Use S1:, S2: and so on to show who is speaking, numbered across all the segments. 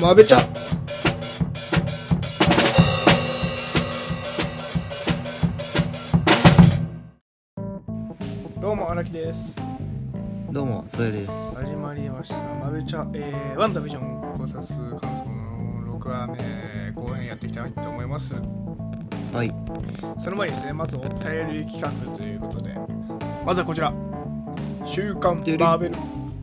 S1: まべちゃどうも荒木です
S2: どうも、それです。
S1: 始まりましたまべちゃえー、ワンダービジョン考察感想の6話目後編やっていきたいと思います
S2: はい。
S1: その前にですねまずお便り企画ということでまずはこちら「週刊マーベル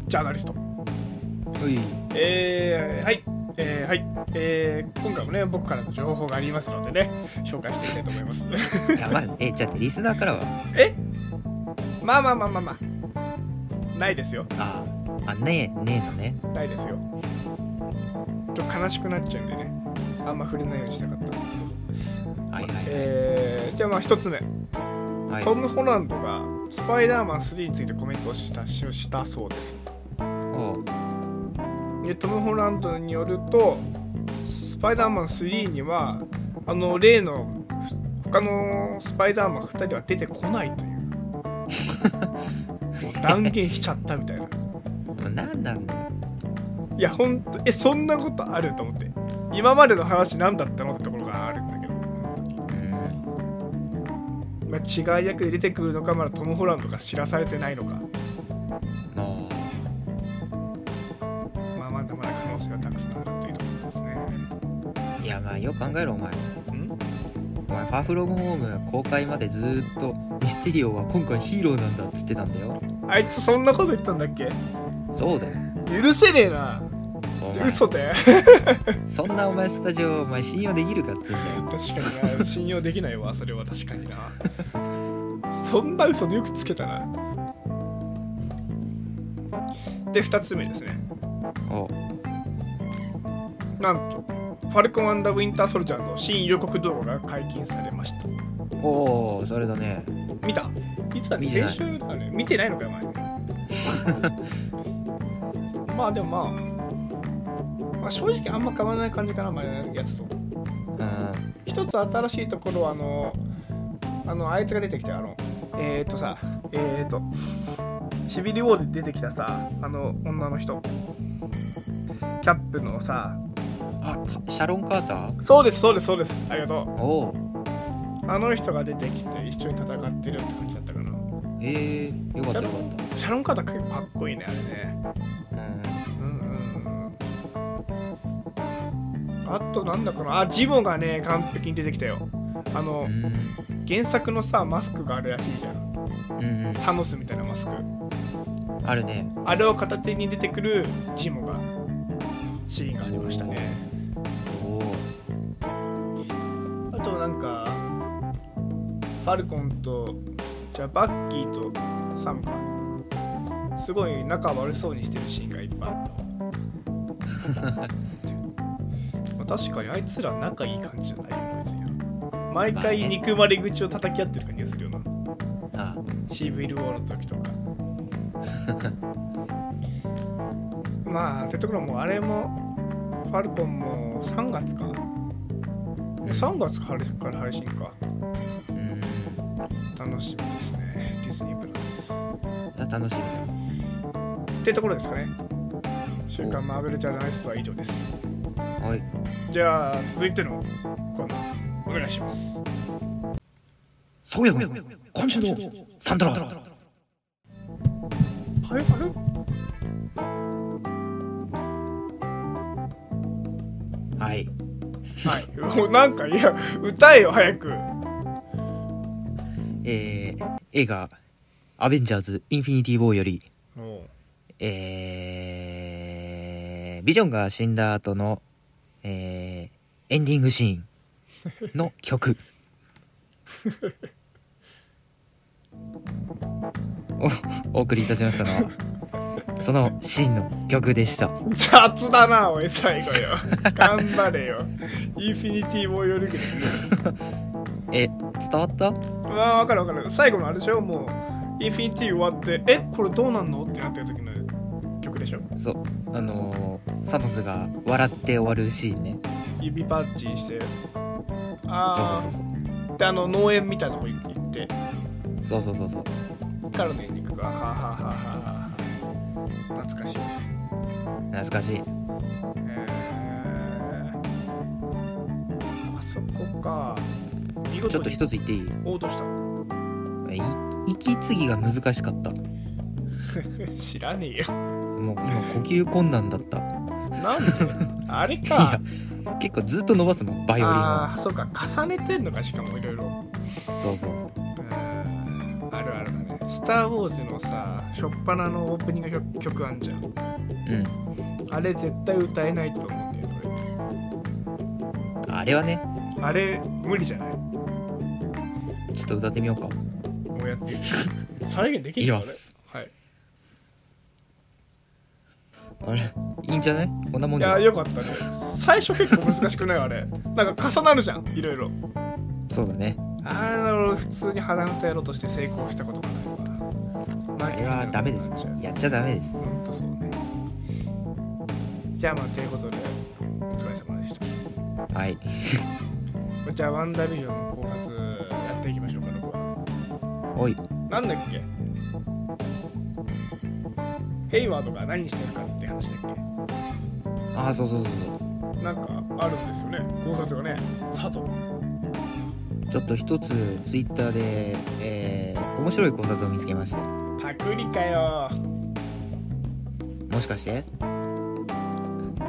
S1: ジャーナリスト」
S2: はい。
S1: えー、はい、えー、はい、えー、今回もね、僕からの情報がありますのでね、紹介していきたいと思います。
S2: やばい。え、じゃあ、リスナーからは、
S1: えまあまあまあまあまあ、ないですよ、
S2: ああ、ねえ、ねえのね。
S1: ないですよ。ちょっと悲しくなっちゃうんでね、あんま触れないようにしたかったんですけど。
S2: はいはい。
S1: えー、じゃあまあ一つ目、
S2: はい
S1: トム・ホランドがスパイダーマン3についてコメントをしたししたそうです。
S2: おう
S1: でトム・ホランドによるとスパイダーマン3にはあの例のふ他のスパイダーマン2人は出てこないというもう断言しちゃったみたいな
S2: なんなんだよ
S1: いやほんとえそんなことあると思って今までの話何だったのってところがあるんだけど、
S2: うん。
S1: まあ、違い役で出てくるのかまだトム・ホランドが知らされてないのか
S2: も
S1: まあまだまだ可能性がたくさんあるというところですね
S2: う。いや、まあ、よく考えろ、お前。
S1: ん
S2: お前、ファーフロムホーム公開までずーっと、ミステリオは今回ヒーローなんだっつってたんだよ。
S1: あいつそんなこと言ったんだっけ
S2: そうだよ。
S1: 許せねえな
S2: お前、
S1: 嘘だよ
S2: そんなお前スタジオ、お前信用できるかっつうんだよ。
S1: 確かにな信用できないわそれは確かになそんな嘘でよくつけたなで2つ目ですね
S2: おう
S1: なんと「ファルコンウィンター・ソルジャー」の新予告動画が解禁されました
S2: おうそれだね。
S1: 見たいつだっけ
S2: 見てな
S1: 先
S2: い
S1: 週だね見てないのかよ お前まあでもまあ、まあ、正直あんま変わらない感じかな前のやつと
S2: うん。
S1: 一つ新しいところはあのあのあいつが出てきてあのえー、っとさえー、っとシビリウォーで出てきたさあの女の人キャップのさ
S2: あ、シャロン・カーター
S1: そうですそうですそうですありがと
S2: おう
S1: うあの人が出てきて一緒に戦ってるって感じだったかな
S2: ええよかったよかっ
S1: シャロンカーター結構かっこいいねあれね
S2: た。うん。
S1: うんうんうんあとなんだかなあジモがね完璧に出てきたよあの
S2: う
S1: 原作のさマスクがあるらしいじゃん
S2: んうんうん
S1: サノスみたいなマスク
S2: あるね
S1: あれを片手に出てくるジモがシーンがありましたね
S2: おお
S1: あとなんかファルコンとじゃあバッキーとサムかすごい仲悪そうにしてるシーンがいっぱいあったわ確かにあいつら仲いい感じじゃないよね別に毎回憎まれ口を叩き合ってる感じがするよな
S2: あ
S1: シーブイルウォーの時とかまあてところもうあれもファルコンも3月か3月から配信か
S2: うん
S1: 楽しみですねディズニープラス
S2: あ楽しみだ
S1: ってところですかね週刊マーベルジャーナリストは以上です
S2: はい
S1: じゃあ続いてのコーナーお願いします
S2: そうや今週のサンドラ
S1: はいは
S2: はい
S1: いはい もうなんかいや歌えよ早く
S2: えー、映画「アベンジャーズ・インフィニティ・ウォー」より
S1: も
S2: えー、ビジョンが死んだ後のえー、エンディングシーンの曲おお 送りいたしましたのはそのシーンの曲でした
S1: う雑だなおい最後よ頑張れよインフィニティ・ウォーよりぐらい
S2: え伝わった
S1: ああ分かる分かる最後のあれでしょもうインフィニティ終わってえこれどうなんのってなってる時の曲でしょ
S2: そうあのー、サノスが笑って終わるシーンね
S1: 指パッチンして
S2: そう
S1: あ
S2: そう
S1: あであの農園みたいなとこ行って
S2: そうそうそうそうそう
S1: からのエンディングがはあはあはあはあはあ懐かしいね
S2: 懐かしい
S1: えか見事に
S2: ちょっと一つ言っていい
S1: 落とした
S2: い息継ぎが難しかったもう
S1: 知らねえよ
S2: 今呼吸困難だった
S1: なんであれ
S2: いや
S1: か
S2: 結構ずっと伸ばすもんバイオリンを
S1: ああそうか重ねてんのかしかもいろいろ
S2: そうそうそう
S1: うんあるあるだね「スター・ウォーズ」のさ初っ端のオープニング曲曲あんじゃん
S2: うん
S1: あれ絶対歌えないと思うんだよねこ
S2: あれはね
S1: れあれ無理じゃないも
S2: ちょっと歌ってみようか
S1: うやって 再現できる
S2: いきます
S1: はい、
S2: あれいいんじゃないこんなもん
S1: い
S2: じゃ
S1: や
S2: ない
S1: よかったね最初結構難しくないあれなんか重なるじゃんいろいろ
S2: そうだね
S1: あれだろ普通に鼻歌やろうとして成功したことがないわ
S2: あれはダメですやっちゃダメです
S1: ほんとそうねじゃあまあということでお疲れ様でした
S2: はい
S1: じゃあワンダービジョンの考察やっていきましょうか僕は
S2: おい
S1: なんだっけヘイワードが何してるかって話だっ
S2: ああそうそうそうそ
S1: けなんかあるんですよね考察がねさぞ
S2: うちょっと一つツイッターで、えー、面白い考察を見つけました
S1: パクリかよ
S2: もしかして、
S1: 何
S2: まあ、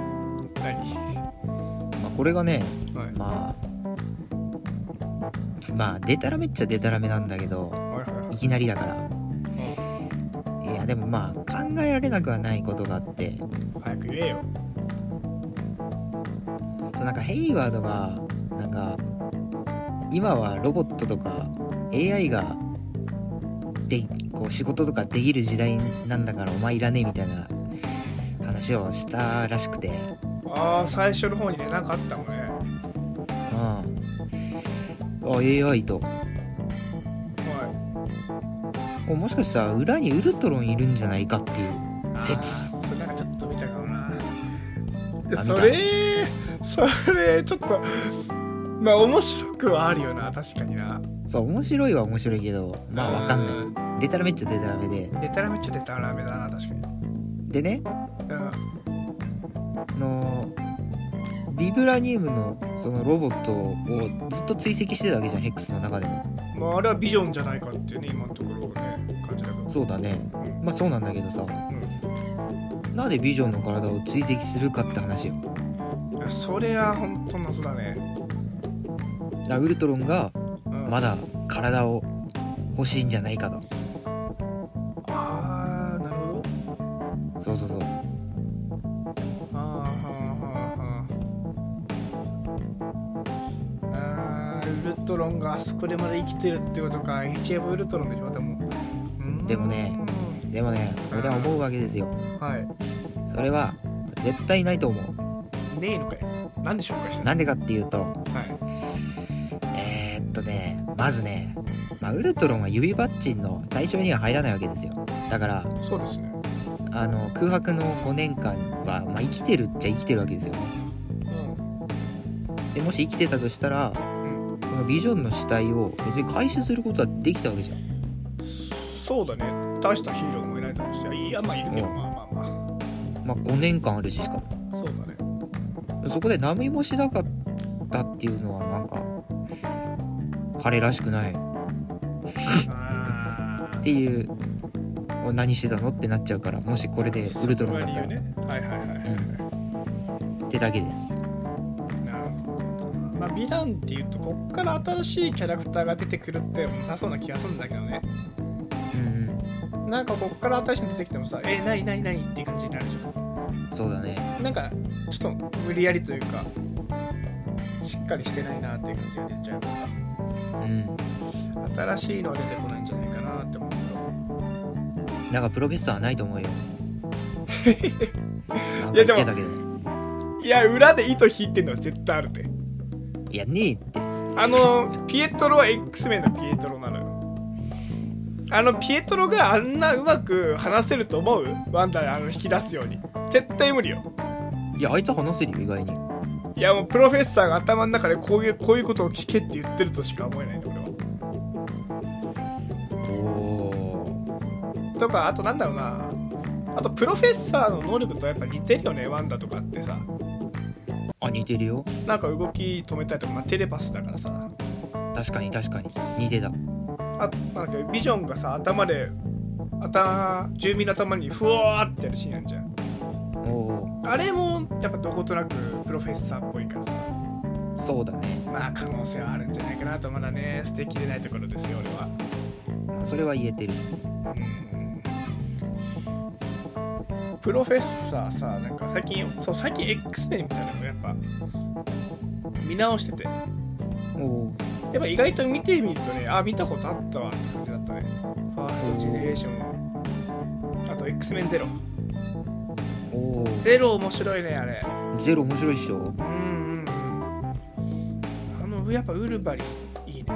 S2: これがね
S1: はい
S2: まあまあデタラメっちゃデタラメなんだけど
S1: はいはいはい
S2: いきなりだからいやでもまあ考えられなくはないことがあって
S1: 早く言えよ
S2: そうなんかヘイワードがなんか今はロボットとか AI がでこう仕事とかできる時代なんだからお前いらねえみたいな話をしたらしくて
S1: ああ最初の方にねなんかあったもんね
S2: うんあ AI と
S1: は
S2: おもしかしたら裏にウルトロンいるんじゃないかっていう
S1: い
S2: 説
S1: あーそれなんかちょっと見たかもないや
S2: あ
S1: それそれちょっとまあ面白くはあるよな確かにな
S2: そう面白いは面白いけどまあわかんない
S1: い
S2: デタラメっちゃデタラメで
S1: デタラメっちゃデタラメだな確かに
S2: でね
S1: うん
S2: あのビブラニウムのそのロボットをずっと追跡してたわけじゃんヘックスの中でも
S1: まあ、あれはビジョンじゃないかっていうね今のところね感じだけど
S2: そうだね
S1: うん
S2: まあそうなんだけどさ
S1: う
S2: なんでビジョンの体を追跡するかって話よ
S1: んいやそれは本当謎だね、
S2: だからウルトロンが
S1: うん、
S2: ま
S1: だ
S2: だ体を欲しいんじゃないかと
S1: ああなるほど
S2: そうそうそう
S1: ああはあはあはああーウルトロンがあそこでまだ生きてるってことか HM ウルトロンでしょでもうん
S2: でもねでもね俺は思うわけですよ
S1: はい
S2: それは絶対ないと思
S1: ねえのかよなんで紹介し
S2: う
S1: た
S2: な
S1: の
S2: んでかっていうと
S1: はい
S2: えー、っとねまずね、まあ、ウルトロンは指バッチンの対象には入らないわけですよだから
S1: そうですね
S2: あの空白の5年間は、まあ、生きてるっちゃ生きてるわけですよね
S1: うん
S2: でもし生きてたとしたら
S1: ん
S2: そのビジョンの死体を別に回収することはできたわけじゃん
S1: そうだね大したヒーローもいないだろうしいやまあいるけど、
S2: うん
S1: まあまあま
S2: まあ、5年間あるししかも
S1: あそうだね
S2: そこで何もしなかったっていうのはなんか彼らしくないっ
S1: あー
S2: ていうお何してたのってなっちゃうからもしこれでウルトロンだったら、
S1: ね、はいはいはいはい、
S2: ってだけです
S1: なるほどまあヴィランっていうとこっから新しいキャラクターが出てくるってもなさそうな気がするんだけどね
S2: うん
S1: なんかこっから新しいの出てきてもさえないないないっていう感じになるじ
S2: うんそうだね
S1: ゃんなんかちょっと無理やりというかしっかりしてないなっていう感じが出ちゃうか
S2: うん
S1: ら新しいのは出てこないんじゃないかなって思う
S2: なんかプロフェッサーはないと思うよ なんか言ってたけど
S1: けどいや裏で糸引いてんのは絶対あるって
S2: いやねえって
S1: あのピエトロは X メンのピエトロなのよあのピエトロがあんなうまく話せると思うワンダーあの引き出すように絶対無理よ
S2: いやあいつ話せるよ意外に
S1: いやもうプロフェッサーが頭の中でこういうこういうことを聞けって言ってるとしか思えないんだ俺は
S2: おお
S1: とかあとなんだろうなあとプロフェッサーの能力とやっぱ似てるよねワンダとかってさ
S2: あ似てるよ
S1: なんか動き止めたりとか、まあ、テレパスだからさ
S2: 確かに確かに似てた
S1: あなんだっけビジョンがさ頭で頭住民の頭にふわーってやるシーンあるじゃん
S2: おお
S1: あれもやっぱどことなくプロフェッサーっぽいからさ
S2: そうだね、
S1: まあ可能性はあるんじゃないかなとまだね捨てきれないところですよ俺は
S2: まあ、それは言えてる
S1: うんプロフェッサーさなんか最近そう最近 X メンみたいなのやっぱ見直しててや
S2: おお
S1: っぱ意外と見てみるとねあ見たことあったわって感じだったねファーストジェネレーションはあと X メンゼロ
S2: おお
S1: ゼロ面白いねあれ
S2: ゼロ面白いっしょ
S1: うんうんうんあのやっぱウルバリンいいね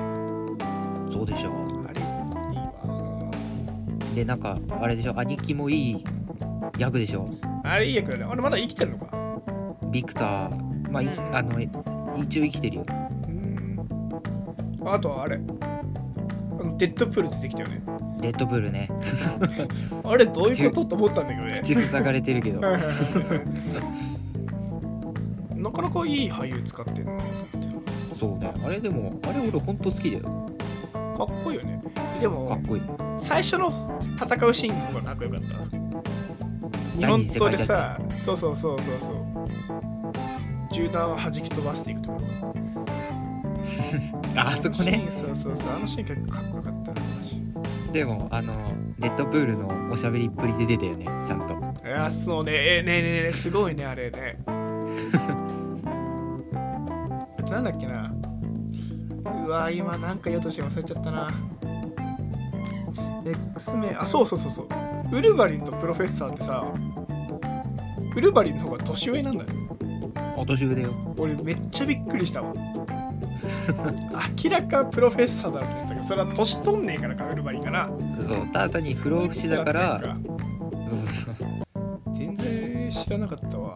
S2: そうでしょ
S1: あれいいわ
S2: でなんかあれでしょ兄貴もいい役でしょ
S1: あれいい役だねあれまだ生きてるのか
S2: ビクターまあいきあのえ一応生きてるよ
S1: うんあとはあれあのデッドプール出てきたよね
S2: デッドプールね
S1: あれどういうことと思ったんだけどね
S2: 口塞がれてる けど
S1: なかなかいい俳優使ってるなと思って
S2: そうねあれでもあれ俺ほんと好きだよ
S1: かっこいいよねで
S2: か
S1: も
S2: っこいい
S1: 最初の戦うシーンとかかっこよかった日
S2: 第
S1: 本
S2: 二次世
S1: 刀
S2: 界
S1: で
S2: 大
S1: さ
S2: 戦
S1: そうそうそうそうそう銃弾を弾き飛ばしていくところ
S2: ああそこね
S1: シーンそうそうそうあのシーン結構かっこよかったなマジ
S2: でもあのデッドプールのおしゃべりっぷりで出たよねちゃんと
S1: いやそうねえねえねえねえすごいねあれね あとなんだっけなうわ今なんか言おうとして忘れちゃったな X 名あそうそうそうそうウルヴァリンとプロフェッサーってさウルヴァリンの方が年上なんだよ
S2: お年上だよ
S1: 俺めっちゃびっくりした わ明らかプロフェッサーだろうと思ったけどそれは年取んねえからかウルヴァリンかな
S2: そうただ単に不老不死だからそうそうそう
S1: 全然知らなかったわ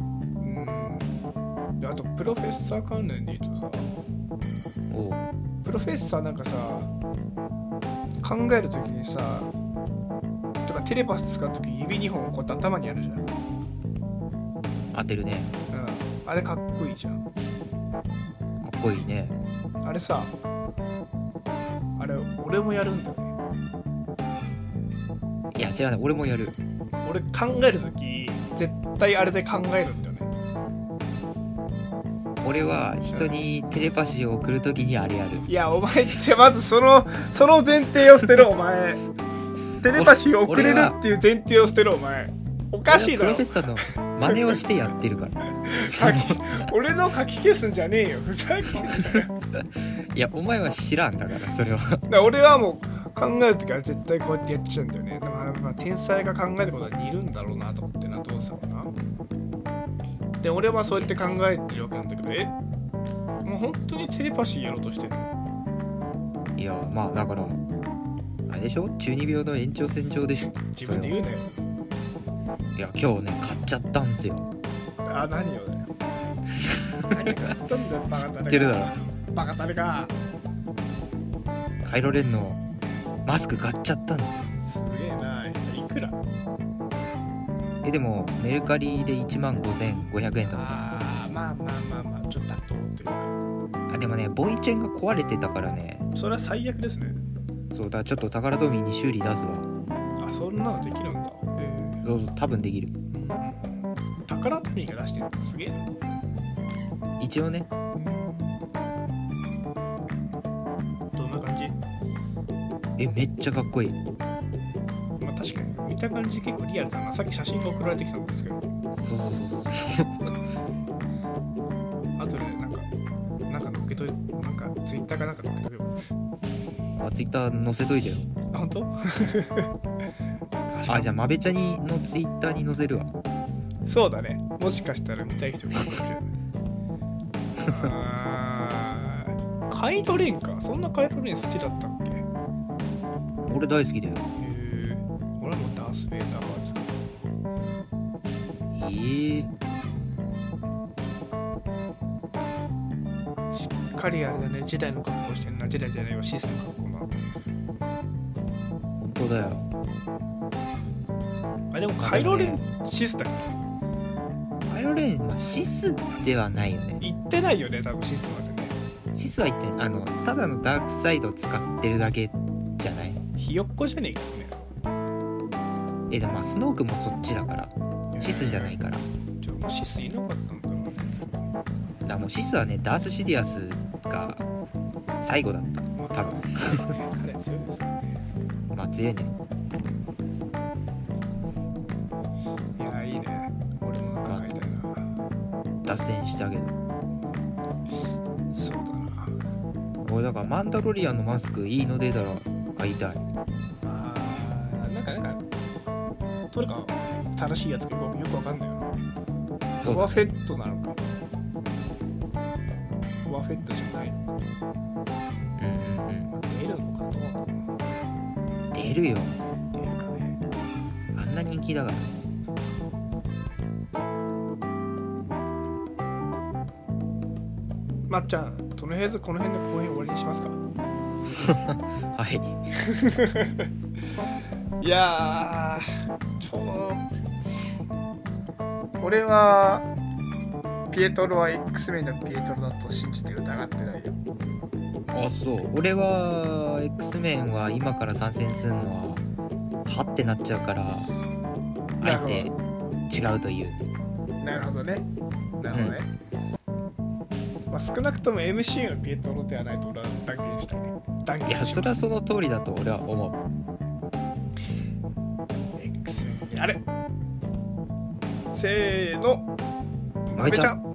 S1: うんであとプロフェッサー関連で言うとさ
S2: おう
S1: プロフェッサーなんかさ考える時にさとかテレパス使う時指2本こうやって頭にやるじゃん、うん、
S2: 当てるね
S1: あれかっこいいじゃん
S2: かっこいいね
S1: あれさあれ俺もやるんだよね
S2: いや知らない俺もやる
S1: 俺考える時絶対あれで考えるんだよね
S2: 俺は人にテレパシーを送るときにあれやる
S1: いやお前ってまずその その前提を捨てろお前テレパシーを送れるっていう前提を捨てろお前おかしいだ
S2: 俺
S1: ろ
S2: はプロフェッサーの真似をしてやってるから
S1: 書
S2: そう
S1: き俺の書き消すんじゃねえよふざけんなよ
S2: いやお前は知らんだからそれは
S1: だから俺はもう考える時は絶対こうやってやっちゃうんだよねだからやっぱ天才が考えることは似るんだろうなと思ってなどうせもなで俺はそうやって考えてるわけなんだけどえもう本当にテレパシーやろうとしてるの
S2: いやまあだからあれでしょ中二病の延長線上でしょ
S1: 自分で言うなよ
S2: それはいや今日ね買っちゃったんすよ
S1: あ何よだよ何があったんだよバカタレ
S2: 知ってるだろ
S1: バカタレか
S2: カイロレンのマスク買っちゃったんですよ
S1: すげえないくら
S2: えでもメルカリで1万5500円だった
S1: あーまあまあまあまあちょっとだと思ってるか
S2: あでもねボイチェンが壊れてたからね
S1: それは最悪ですね
S2: そうだからちょっと宝ドミーに修理出すわ
S1: あそんなのできるんだへ
S2: そうそう多分できる
S1: え宝トミーが出してるのすげえな
S2: 一応ね
S1: どんな感じ
S2: えめっちゃかっこいい
S1: まあ確かに見た感じ結構リアルだなさっき写真が送られてきたんですけど
S2: そうそうそうそう
S1: あとでなんかなんか乗っけといなんかツイッターかなんか乗っけとけば
S2: あツイッター載せといてよ
S1: あ本当
S2: あじゃあまべちゃにのツイッターに載せるわ
S1: そうだね。もしかしたら見たい人がいるかもしれない。あーカイロレンか。そんなカイロレン好きだったっけへ
S2: 俺大好きだよ
S1: え。俺はもうダース・ベイダー派ですか
S2: えー、
S1: ら。しっかりあれだね。時代の格好してんな。時代じゃないわ。シスの格好な。
S2: 本当だよ
S1: あ、でもカイロレン、シスだっけ
S2: パイロレーン、まあ、シスではないよね。
S1: 行ってないよね多分シスまでね
S2: シスは言って、あの、ただのダークサイドを使ってるだけじゃない。
S1: ひよっこじゃねえか
S2: え、でも、まあスノークもそっちだから。
S1: ね
S2: シスじゃないから。だ
S1: じゃあもうシスいなかったんだろうね
S2: からもうシスはね、ダースシディアスが最後だった。
S1: まあ
S2: 多分
S1: 彼強いですよね
S2: まあ、強いね。
S1: いやいいね俺もなんか買いたいな
S2: 脱線してあげる。
S1: そうだな
S2: 俺、だから、マンダロリアンのマスクいいの出たら買いたい。
S1: あーなんかなんかどれか正しいやつがよくよくわかんないよな
S2: そう
S1: ボ
S2: だ
S1: バフェットなのかボバフェットじゃないのか
S2: うんうん
S1: 出るのかどうなのか
S2: うん。出るよ。
S1: 出るかね
S2: あんな人気だから。
S1: まあじゃあとりあえずこの辺で公演終わりにしますか
S2: はい。
S1: いやーちょ俺はピエトロは X メンのピエトロだと信じて疑ってないよ
S2: あそう俺は X メンは今から参戦するのははってなっちゃうからあ
S1: なるほど
S2: えて違うという
S1: なるほどねなるほどね、まあ、少なくとも MC のピエトロではないと俺は断言したいね断
S2: いや
S1: 言し
S2: それ
S1: ま
S2: は
S1: す
S2: その通りだと俺は思
S1: X メンやれせーの
S2: 豆ちゃん
S1: ん